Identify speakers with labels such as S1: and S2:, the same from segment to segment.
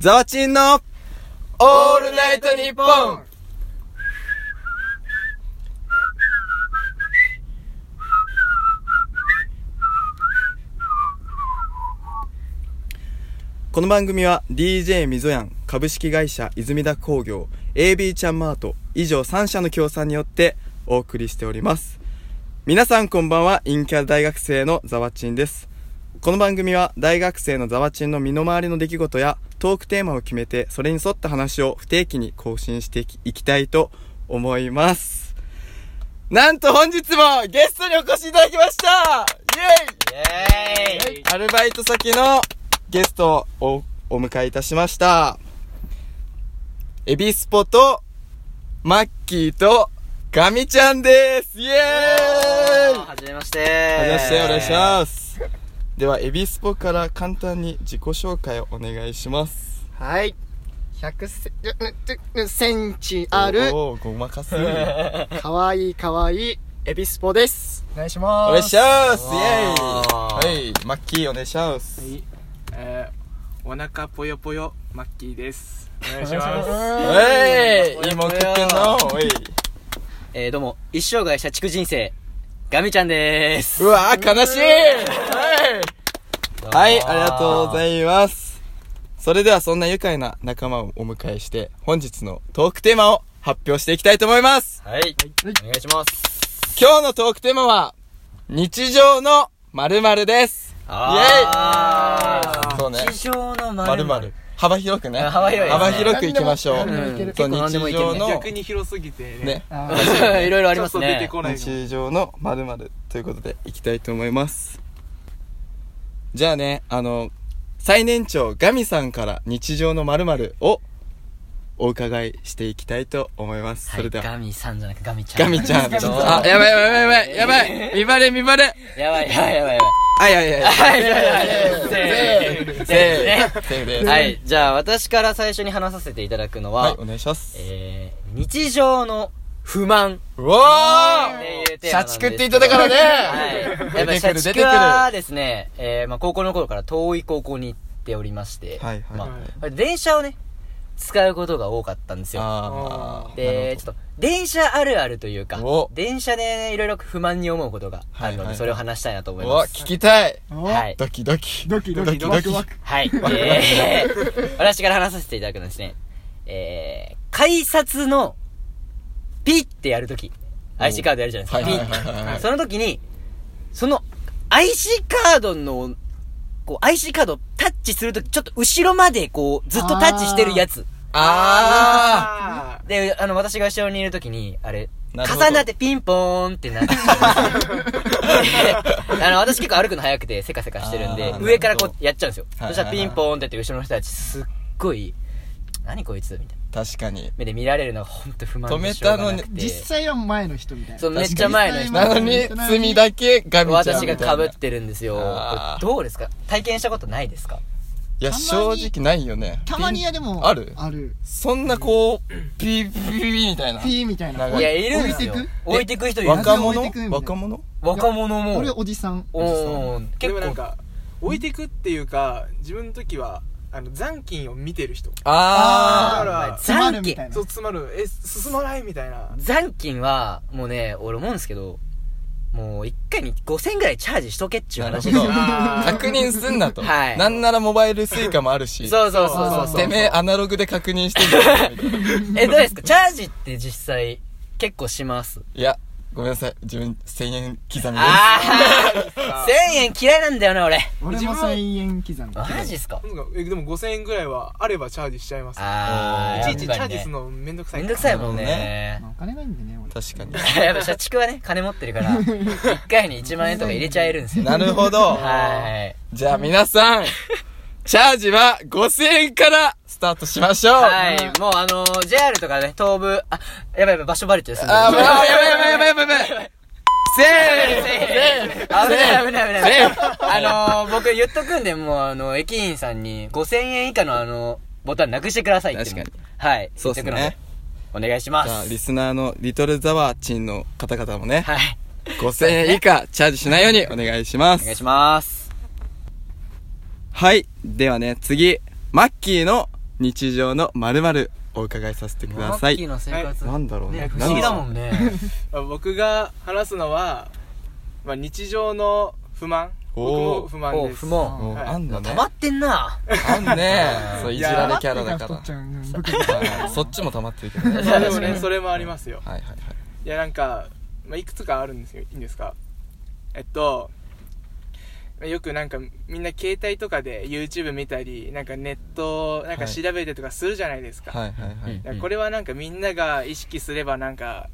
S1: ザワチンの
S2: オールナイトニッポン
S1: この番組は DJ みぞやん株式会社泉田工業 AB ちゃんマート以上3社の協賛によってお送りしております皆さんこんばんは陰キャ大学生のザワチンですこの番組は大学生のザワチンの身の回りの出来事やトークテーマを決めてそれに沿った話を不定期に更新していきいきたいと思いますなんと本日もゲストにお越しいただきましたイエイ
S2: イェーイ
S1: アルバイト先のゲストをおお迎えいたしました。エビスポと、マッキーと、ガミちゃんですイエーイは
S2: はじめまして
S1: じめまして、お願いし
S2: す
S1: ます。では、エビスポから簡単に自己紹介をお願いします。
S3: はい。100セセンチある、
S1: おーごま かす。お
S3: かわいいかわいい、エビスポです。
S4: お願いします。
S1: 願いしますイエーイ
S2: わー
S1: はい、マッキーお願いします。
S4: はいえー、お腹ぽよぽよ、マッキーです。お願いします。
S1: おいいいもん食ってんなおい
S2: えー、どうも、一生涯社畜人生、ガミちゃんでーす。
S1: うわー悲しいはいはい、ありがとうござ
S2: い
S1: います。それではそんな愉快な仲間をお迎えして、本日のトークテーマを発表していきたいと思います。
S2: ます。はい。お願いします。
S1: 今日のトークテーマは、日常の〇〇です。
S2: あ
S1: イェイそうね
S2: 日常の
S1: 〇
S2: 丸々。
S1: 〇。幅広くね。
S2: あ幅広いですね
S1: 幅広くいきましょう。
S2: 何でも
S1: そ
S2: いける
S1: う、
S2: 結構何で
S1: 日
S2: もいける
S1: 常
S2: ね
S1: の
S4: 逆、に広すぎてね。
S1: ね、
S2: いろいろあり
S4: ちょ
S2: ま
S4: っ
S2: す
S4: と出て
S2: ね。
S4: こないの。
S1: 日常の〇〇ということでいきたいと思います。じゃあね、あの、最年長ガミさんから日常の〇〇をお伺いしていきたいと思います。それでは。
S2: ガミさんじゃなくガミちゃ
S1: ガ
S2: ん。
S1: ミちゃん。あ、
S2: や
S1: やばいやばいやばいやばいやばい見バレ見バレ
S2: ばいやばいやばいやばい。
S1: あ、いやいやいや。
S2: はいやばいやばい。
S1: セーフ
S2: せ
S1: セーフセーフ
S2: ー
S1: で
S2: フ
S1: す。
S2: は、
S1: はい
S2: じゃあ私から最初に話させていただくのは、
S1: い、お願いします。
S2: えー、日常の不満っ
S1: うわ
S2: ていう
S1: ー
S2: テー
S1: 社
S2: マなんです
S1: 畜って言ってたからね
S2: はい。やっぱり
S1: 出てくる
S2: 社
S1: 出て
S2: 畜
S1: くる
S2: はですね、えー、まあ高校の頃から遠い高校に行っておりまして、
S1: はいはい
S2: まあ、電車をね、使うことが多かったんですよ。
S1: あー
S2: で、ちょっと、電車あるあるというか
S1: お、
S2: 電車でいろいろ不満に思うことがある
S1: はい
S2: の
S1: はい
S2: で、それを話したいなと思い
S1: お、
S2: ます。
S1: 聞きたい
S2: はい。
S1: ドキドキ。
S4: ドキドキ
S1: ドキド
S4: ワ
S1: キ。
S2: はい。えー、私から話させていただくのはですね、えー、改札の、ピッてやるとき、IC カードやるじゃないですか。ピ
S1: はいはいはいは
S2: ッ
S1: い
S2: て。その時に、その、IC カードの、こう、IC カードをタッチするとき、ちょっと後ろまで、こう、ずっとタッチしてるやつ。
S1: あ
S4: あ
S2: で、あの、私が後ろにいるときに、あれ、
S1: なるほど
S2: 重なってピンポーンっ てなって。で あの、私結構歩くの早くて、せかせかしてるん
S1: あー
S2: で
S1: なる、ほど
S2: 上からこうやっちゃうんですよ。
S1: はいはい
S2: そ
S1: はい
S2: したらピンポーンってやって、後ろの人たちすっごい、何こいつみたいな。
S1: ー確かに。
S2: 目で見られるのが本当不満
S1: 止
S2: で
S1: め
S2: しょ
S1: た
S2: うが
S1: の
S2: な
S1: に
S2: くて。
S3: 実際は前の人みたいな。
S2: そう、めっちゃ前の人。
S1: なのに、罪だけガミちゃん
S2: 私
S1: み
S2: が
S1: たいな。
S2: 被ってるんですよ。
S1: あー
S2: これどうですか体験したことないですか
S1: いや、正直ないよね。
S3: たまにやでも、
S1: ある
S3: ある。
S1: そんなこう、ピーピーピーピーみたいな。
S3: ピーみたいな。
S1: なん
S2: い
S1: か
S2: や、いるんですよ
S3: 置いて。
S2: 置いてく人いるんですよ
S1: 若
S3: 置
S1: 者
S3: いてくみたいな
S1: 若者
S2: 若者も。
S3: 俺おじさん。
S2: おー、
S4: ーで
S2: 結
S4: もなん
S2: 構、
S4: か、置いてくっていうか、自分の時は、あの、残金を見てる人。だか
S1: あ
S4: ら、
S3: 詰まる
S2: 残機
S3: みたいな
S4: そう、。詰まる。え、進まないみたいな。
S2: 残金は、もうね、俺思うんですけど、もう一回に5000ぐらいチャージしとけっちゅう話です
S1: な
S2: よ
S1: る。ー。
S4: あ
S1: 確認すんなと。
S2: はい
S1: なんならモバイルスイカもあるし。
S2: そうそうそうそう
S4: そう
S2: そう
S1: てめえ、アナログで確認してんじゃねえみたいな。
S2: え、どうですかチャージって実際、結構します。
S1: いや、ごめんなさい。自分、1000円刻みです。
S2: ああ !1000 円嫌いなんだよな、俺。
S3: 俺
S4: 自
S3: も
S4: 分は
S3: 1000円刻み。
S2: マジっすか
S4: ー。なんかえでも5000円ぐらいはあればチャージしちゃいます。
S2: あ
S4: い
S2: あ、
S4: ちいちチャージする
S2: の。
S4: のめんどくさい。
S2: めんどくさいもんね
S3: ま。あお金ないんでね、俺。
S1: 確かに。
S2: やっぱ社畜はね、金持ってるから、一回に1万円とか入れちゃえるんですよ。
S1: なるほど。
S2: はい。
S1: じゃあ皆さん、チャージは5000円からスタートしましょう。
S2: はい、もうあのー、JR とかね、東武、あ、やばいやばい、場所バレちゃう。
S1: あー、もう、やばいやばいやばいや
S2: い。
S1: ばいやばい。 せー
S2: 危ない危ない危ない
S1: セー
S2: 危ない。あのー、僕言っとくんで、もうあの、駅員さんに5000円以下のあの、ボタンなくしてくださいって。
S1: 確か
S2: に。はい。
S1: そうっすね
S2: 言とくのでお願いしま
S1: じゃあ、リ
S2: す。
S1: スナーのリトルザワーチンの方々もね、
S2: はい。
S1: 5000円以下チャージしないようにお願いしま
S2: お
S1: す。
S2: 願いします。
S1: はい。ではね、次、マッキーの日常のまるお伺いさせてくださ
S2: マッキー
S1: い。
S2: の生活
S1: なんだろうね。
S2: ね
S1: なんだ
S2: 不思議だ
S1: ろう
S2: もんね
S4: まあ僕が話すのは、まあ、日常の不満僕
S5: おー
S4: も不満です
S5: お不満
S1: もう
S4: はい
S1: あんだね
S2: 溜。まってんな
S5: あんねそういじられキャラだ
S3: 黙っ
S5: か
S3: てから太っちゃうね僕
S5: はいそっちも溜まってるけどね
S4: まあでもね それもありますよ
S5: はいはいはい
S4: いやなんか、まあ、いくつかあるんですよいいんですかえっとまあよくなんかみんな携帯とかで YouTube 見たりなんかネットなんか
S5: はい
S4: 調べてとかするじゃないですか,、
S5: はいはいはい
S4: これはなんかみんなが意識すればなんか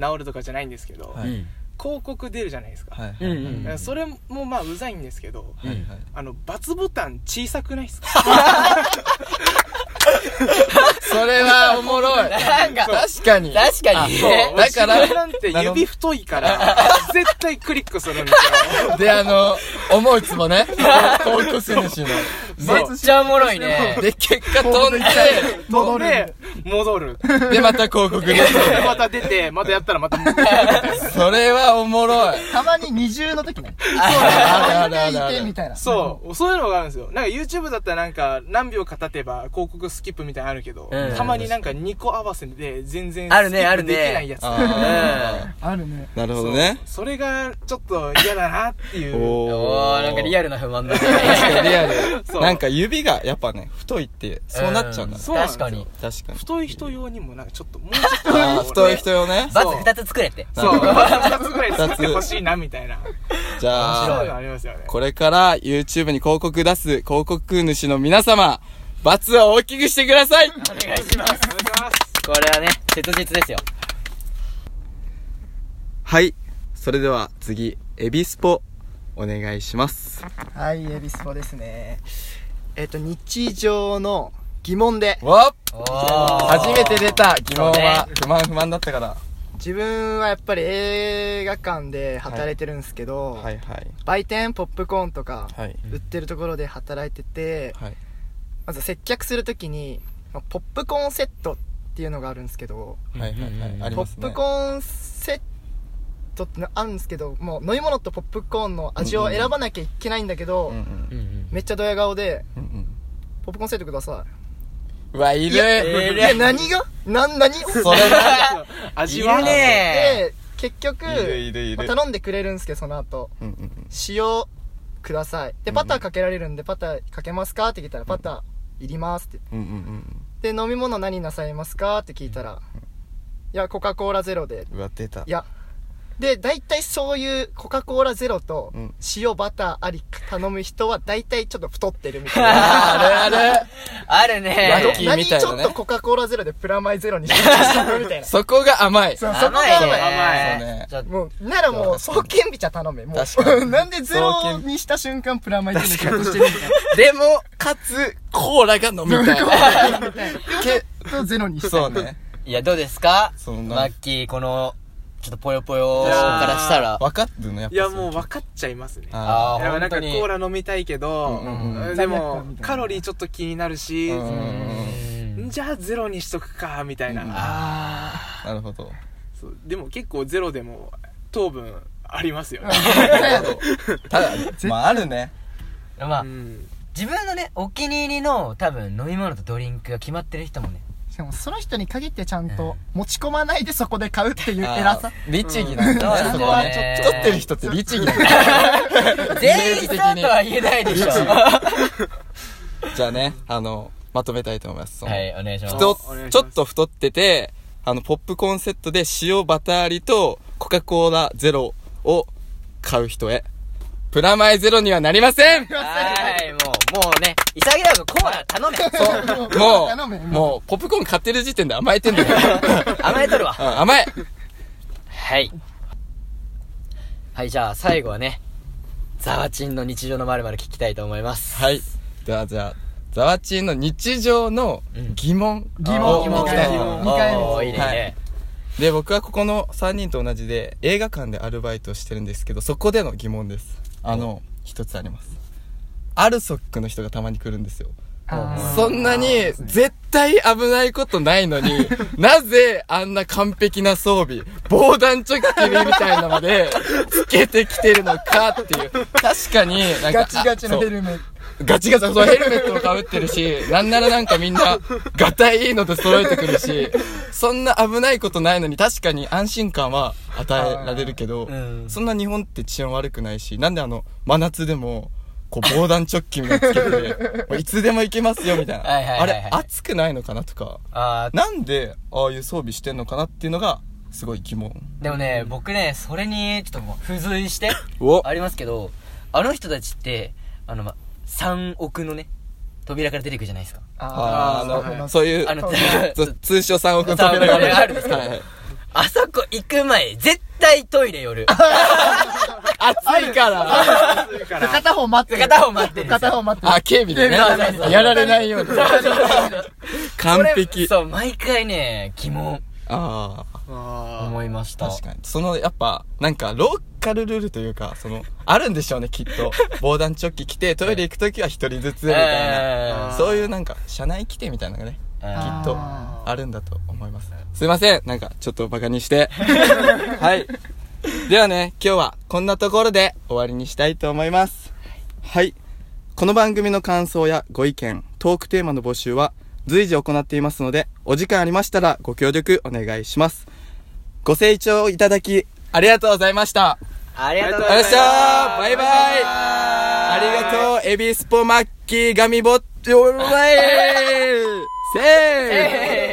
S4: 治るとかじゃないんですけど、
S5: はい
S2: うん
S4: 広告出るじゃないですか、
S5: はいはい
S2: うんうん
S4: いやそれもまあうざいんですけど、
S5: はいはい
S4: あの、×ボタン小さくないです か
S5: それはおもろい
S2: なんか
S5: 確かに
S2: 確かに
S4: そう。
S5: だから
S4: 自分なんて指太いから、絶対クリックするんですよ。
S5: であの思うつぼね投稿主の
S2: めっちゃおもろいね
S5: で結果飛んで
S4: 戻る。戻 る。
S5: でまた広告で
S4: でまた出て、またやったらまた戻る。
S5: それはおもろい
S3: たまに二重の時ね。
S5: あるあ
S3: 見
S5: るあ
S3: ていてみ
S5: る
S3: たいな。
S4: そう、そういうのがあるんですよ。なんか YouTube だったらなんか何秒か経てば広告スキップみたいなのあるけど、
S2: うん
S4: たまになんか2個合わせで全然
S2: あるね
S4: スキップ
S2: あるね
S4: できないやつ。
S5: あ
S3: あるね。
S1: なるほ
S4: そ
S1: ど
S4: う
S1: ね。
S4: それがちょっと嫌だなっていう。
S1: お
S2: おーなんかリア
S1: ル。
S2: ルな不満だ
S5: ー確
S2: ね
S5: かにリアル
S4: そう
S1: なんか指がやっぱね、太いって、 そうなっちゃうんだね
S4: ん。
S2: ん
S4: そうなんです
S2: 確
S4: よ
S2: かに
S1: 確かに。
S4: 太い人用にもなんかちょっともうちょっ と
S1: あー太い人よね。
S2: バツ二つ作れって
S4: そう、
S1: なるほ
S4: 2つぐらい作ってほしいな、みたいな。
S1: どじゃあ、
S4: そういうのありますよね。
S1: これから YouTube に広告出す広告主の皆様、罰を大きくしてください
S2: お願いします
S4: お願いします。
S2: これはね切実ですよ
S1: はい。それでは次、エビスポ、お願いします。
S3: はい、エビスポですね。えっと、日常の疑問で、
S5: わっ
S2: お
S5: 初めて出た疑問
S2: そうね
S5: は不満不満だったから
S3: 自分はやっぱり映画館で働いてるんですけど、
S1: はいはい。
S3: 売店、ポップコーンとか、
S1: はい。
S3: 売ってるところで働いてて、
S1: はい。
S3: まず接客するときに、まあポップコーンセットっていうのがあるんですけど、
S1: はいはいは
S2: う
S1: い。
S2: ん
S1: あり
S3: ポ
S1: ます
S3: ッ
S1: ね。
S3: プコーンセットってのあるんですけどもう飲み物とポップコーンの味を選ばなきゃいけないんだけど、
S1: うんうん。
S2: うんうん
S3: めっちゃドヤ顔で
S1: うんうん。
S3: 「ポップコーンセットくださ
S5: うわい
S3: い」
S5: る
S2: えー
S3: いや何がなん何
S5: それだ
S4: 味
S2: い
S4: は
S2: るね
S3: で結局
S5: いるいるいる
S3: まあ頼んでくれるんですけどその後
S1: うんうんうん。
S3: 塩くださいでパターかけられるんで「パターかけますか?」って聞いたら「パターいります」って
S1: うんうん
S3: で飲み物何なさいますかって聞いたら「いやコカ・コーラゼロで
S1: うん。うわ、出た。
S3: いやで大体そういうコカ・コーラゼロと
S1: うん
S3: 塩バターあり頼む人は大体ちょっと太ってるみたい な
S5: あるある
S2: あるね
S5: ラッキー
S3: 何
S5: み
S3: ち
S5: たいな
S3: ょ
S5: ね
S3: っとコカ・コーラゼロでプラマイゼロにしたのみたいな
S5: そこが甘い
S3: そうそこ
S2: 甘い
S3: が
S2: ね
S5: 甘いね
S2: ちょっと
S3: もうならもう
S5: そう
S3: 総研美茶頼めも
S5: 確か
S3: う
S5: に
S3: なんでゼロにした瞬間プラマイゼロにしてるみたい
S5: でもかつコーラが飲みたい
S3: なとゼロにした
S5: そう
S3: い
S5: ね
S2: いやどうですか
S1: そんな
S2: マッキーこのちょっとぽよぽよからしたら
S5: 分かってるのやっぱ
S4: いや、もう分かっちゃいますね。
S5: あ
S2: あ
S4: いや
S2: ー
S4: なん
S2: 本
S4: か
S2: 当
S4: コ
S2: に
S4: ーラ飲みたいけど、
S5: うんうん
S3: うん
S4: で
S3: 罪
S4: も
S3: 悪感みたいな
S4: カロリーちょっと気になるし、
S5: ーうんうん
S2: うん
S4: じゃあゼロにしとくかみたいな、
S1: うん
S2: あ
S1: なるほど。
S4: そうでも結構ゼロでも糖分ありますよね、
S1: ただ、まああるね。
S2: ーまあ
S4: うん
S2: 自分のねお気に入りの多分飲み物とドリンクが決まってる人もね
S3: しかもその人に限ってちゃんと持ち込まないでそこで買うっていう偉さ
S5: 律儀なんだね
S2: うん
S5: そこはちょっと
S2: そうなんだよね
S5: 太ってる人って律儀なんだ
S2: 全員そうとは言えないでしょは
S1: じゃあね、あの、まとめたいと思います。その
S2: いお願いします
S1: 太っ
S4: お願いします
S1: ちょっと太ってて、あの、ポップコーンセットで塩バターありとコカ・コーラゼロを買う人へ。プラマイゼロにはなりませ ん
S2: はいもうもうね潔くコーラ頼め
S1: も
S3: 頼め
S1: う、もう、ポップコーン買ってる時点で甘えて んだよ。
S2: 甘えとるわ
S1: うん甘え
S2: はいはいじゃあ最後はねザワチンの日常のまるまる聞きたいと思います
S1: はい。では、じゃあ、ザワチンの日常の疑問。
S3: 疑問
S1: を
S2: お
S3: 疑
S2: ー
S3: 問
S1: 聞きたい
S3: 疑問二回目
S2: おーいい
S1: は
S2: ね
S1: いで、僕はここの3人と同じで映画館でアルバイトをしてるんですけど、そこでの疑問です。あの、一つあります。アルソックの人がたまに来るんですよ。そんなに絶対危ないことないの に、なぜあんな完璧な装備、防弾チョッキみたいなのまでつけてきてるのかっていう。確かに、なんか。
S3: ガチガチのヘ
S1: ル
S3: ルメッ
S1: ガチガチ、そうヘルメットも被ってる し、なんならなんかみんな、ガタイいいので揃えてくるし、そんな危ないことないのに確かに安心感は与えられるけど、
S2: うん
S1: そんな日本って治安悪くないし、なんであの、真夏でも、こう防弾チョッキみたいなのつけ て、もういつでも行けますよみたいな。
S2: はいはいはいはい
S1: あれ、暑くないのかなとか、
S2: あー
S1: なんでああいう装備してんのかなっていうのが、すごい疑問。
S2: でもね、僕ね、それに、ちょっともう、付随して、
S1: お
S2: ありますけど、あの人たちって、あの、ま、3億のね、扉から出てくるじゃないですか。
S1: あ
S4: あー
S1: ーあ
S4: は
S1: の、
S4: い
S1: そういう
S2: あ、の、
S1: つ通称3億の扉
S2: 三億の扉
S1: が
S2: が
S1: あ
S2: ある
S1: るん
S2: ん
S1: ですす
S2: でか
S1: か、はいはい
S2: あそこ行く前、絶対トイレ寄る。
S1: 暑いから。
S4: 暑いから
S3: 片方待ってる。
S2: 片方待ってる。
S3: 片方待ってる。
S1: あ、警備でね
S2: そうそうそう。
S1: やられないように。 完璧。
S2: そう、毎回ね、疑問、
S1: ああ、
S4: あ
S2: 思いました。
S1: 確かに。その、やっぱ、なんか、ローカルルールというか、その、あるんでしょうね、きっと。防弾チョッキ着て、トイレ行くときは一人ずつ、みたい
S2: え
S1: な。
S2: ー
S1: そういうなんか、社内規定みたいなのがね、
S2: うん
S1: きっと、あるんだと思います。すいません、なんか、ちょっとバカに して。はい。ではね、今日は、こんなところで終わりにしたいと思います。はい。この番組の感想やご意見、トークテーマの募集は随時行っていますので、お時間ありましたらご協力お願いします。ご清聴いただき、ありがとうございました。
S2: ありがとうご
S1: あ
S2: ざ
S1: り
S2: い
S1: がとうございま
S2: まし。
S1: したた。バイバイ。ありがとう、エ ビスポマッキー、ガミボッチョ、おらえせーの。